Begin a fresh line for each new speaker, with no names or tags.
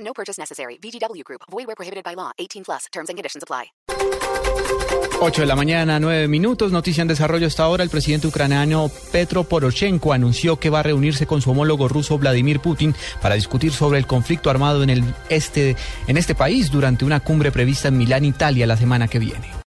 No purchase necessary. VGW Group. Void where prohibited by law. 18 plus. Terms and conditions apply.
8 de la mañana, 9 minutos. Noticia en desarrollo hasta ahora. El presidente ucraniano Petro Poroshenko anunció que va a reunirse con su homólogo ruso Vladimir Putin para discutir sobre el conflicto armado en el este en este país durante una cumbre prevista en Milán, Italia, la semana que viene.